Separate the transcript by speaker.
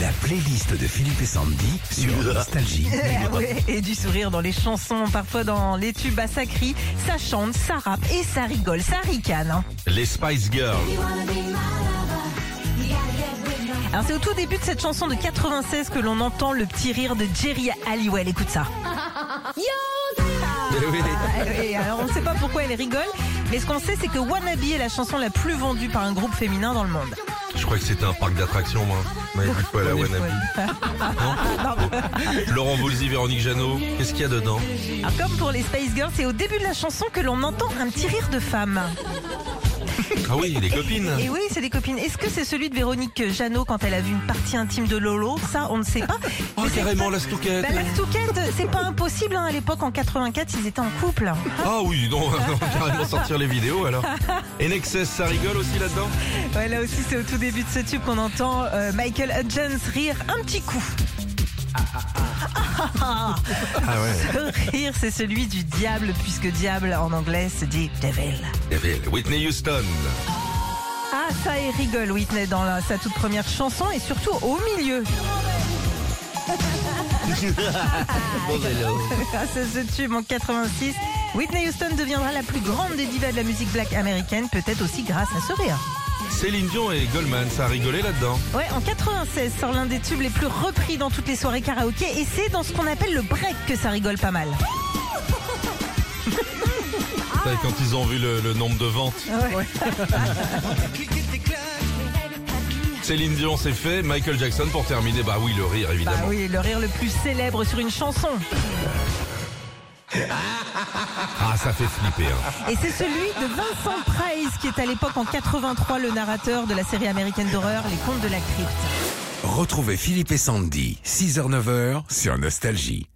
Speaker 1: La playlist de Philippe et Sandy sur Nostalgie.
Speaker 2: Ah ouais, et du sourire dans les chansons, parfois dans les tubes à sacri. Ça chante, ça rappe et ça rigole, ça ricane. hein.
Speaker 3: Les Spice Girls.
Speaker 2: Alors c'est au tout début de cette chanson de 96 que l'on entend le petit rire de Jerry Halliwell. Écoute ça. Et alors on ne sait pas pourquoi elle rigole, mais ce qu'on sait c'est que Wannabe est la chanson la plus vendue par un groupe féminin dans le monde.
Speaker 3: Je crois que c'était un parc d'attractions, moi. On avait vu quoi, la Wannabe Laurent Voulzy, Véronique Jeannot. Qu'est-ce qu'il y a dedans
Speaker 2: Alors, comme pour les Space Girls, c'est au début de la chanson que l'on entend un petit rire de femme.
Speaker 3: Ah oui, les copines.
Speaker 2: Et oui, c'est des copines. Est-ce que c'est celui de Véronique Jeannot quand elle a vu une partie intime de Lolo Ça, on ne sait pas.
Speaker 3: Oh,
Speaker 2: Mais c'est
Speaker 3: carrément,
Speaker 2: pas-
Speaker 3: la stouquette.
Speaker 2: Bah, la stouquette, c'est pas impossible. hein. À l'époque, en 84, ils étaient en couple.
Speaker 3: Ah oui, non, on va carrément sortir les vidéos, alors. Et Nexus, ça rigole aussi là-dedans
Speaker 2: Ouais, là aussi, c'est au tout début de ce tube qu'on entend euh, Michael Hudgens rire un petit coup.
Speaker 3: Ah ouais.
Speaker 2: Ce rire, c'est celui du diable, puisque diable en anglais se dit devil.
Speaker 3: Il y avait Whitney Houston.
Speaker 2: Ah, ça et rigole Whitney dans la- sa toute première chanson et surtout au milieu.
Speaker 3: Ah,
Speaker 2: Grâce à ce tube en 86, Whitney Houston deviendra la plus grande des divas de la musique black américaine, peut-être aussi grâce à ce rire.
Speaker 3: Céline Dion et Goldman, ça a rigolé là-dedans.
Speaker 2: Ouais, en 96 sort l'un des tubes les plus repris dans toutes les soirées karaoké et c'est dans ce qu'on appelle le break que ça rigole pas mal.
Speaker 3: T'as- Quand ils ont vu le, le nombre de ventes. Céline Dion, c'est fait. Michael Jackson pour terminer. Bah oui, le rire,
Speaker 2: Bah
Speaker 3: évidemment.
Speaker 2: oui, le rire le plus célèbre sur une chanson.
Speaker 3: Ah, ça fait flipper. hein.
Speaker 2: Et c'est celui de Vincent Price qui est à l'époque en 83 le narrateur de la série américaine d'horreur Les Contes de la Crypte.
Speaker 1: Retrouvez Philippe et Sandy, 6h-9h sur Nostalgie.